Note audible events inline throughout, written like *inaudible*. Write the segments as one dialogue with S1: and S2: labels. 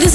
S1: This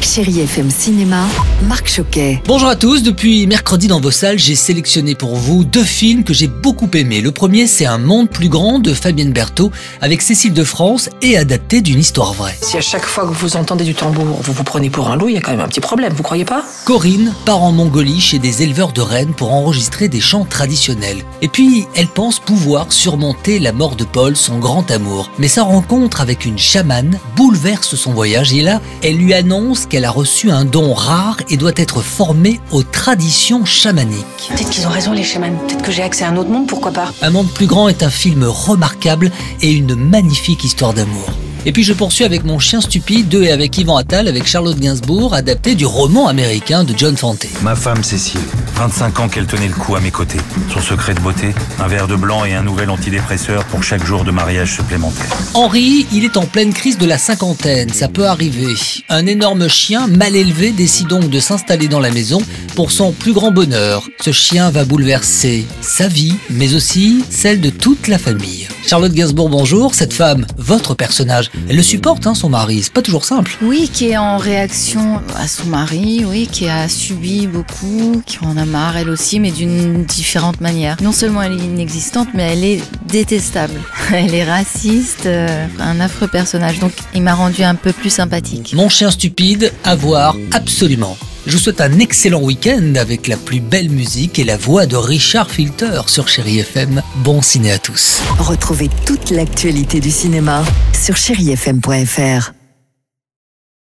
S2: Chérie FM Cinéma, Marc Choquet.
S3: Bonjour à tous, depuis mercredi dans vos salles, j'ai sélectionné pour vous deux films que j'ai beaucoup aimés. Le premier, c'est Un monde plus grand de Fabienne Berthaud avec Cécile de France et adapté d'une histoire vraie.
S4: Si à chaque fois que vous entendez du tambour, vous vous prenez pour un loup, il y a quand même un petit problème, vous croyez pas
S3: Corinne part en Mongolie chez des éleveurs de rennes pour enregistrer des chants traditionnels. Et puis, elle pense pouvoir surmonter la mort de Paul, son grand amour. Mais sa rencontre avec une chamane bouleverse son voyage et là, elle lui annonce qu'elle a reçu un don rare et doit être formée aux traditions chamaniques.
S5: Peut-être qu'ils ont raison, les chamans. Peut-être que j'ai accès à un autre monde, pourquoi pas
S3: Un monde plus grand est un film remarquable et une magnifique histoire d'amour. Et puis je poursuis avec Mon chien stupide 2 et avec Yvan Attal avec Charlotte Gainsbourg, adapté du roman américain de John Fante.
S6: Ma femme Cécile, 25 ans qu'elle tenait le coup à mes côtés. Son secret de beauté, un verre de blanc et un nouvel antidépresseur pour chaque jour de mariage supplémentaire.
S3: Henri, il est en pleine crise de la cinquantaine, ça peut arriver. Un énorme chien mal élevé décide donc de s'installer dans la maison pour son plus grand bonheur. Ce chien va bouleverser sa vie, mais aussi celle de toute la famille. Charlotte Gainsbourg, bonjour. Cette femme, votre personnage, elle le supporte, hein, son mari. C'est pas toujours simple.
S7: Oui, qui est en réaction à son mari, oui, qui a subi beaucoup, qui en a marre elle aussi, mais d'une différente manière. Non seulement elle est inexistante, mais elle est détestable. *laughs* Elle est raciste, euh, un affreux personnage. Donc il m'a rendu un peu plus sympathique.
S3: Mon chien stupide, à voir absolument. Je vous souhaite un excellent week-end avec la plus belle musique et la voix de Richard Filter sur Chéri FM. Bon ciné à tous.
S2: Retrouvez toute l'actualité du cinéma sur chérifm.fr.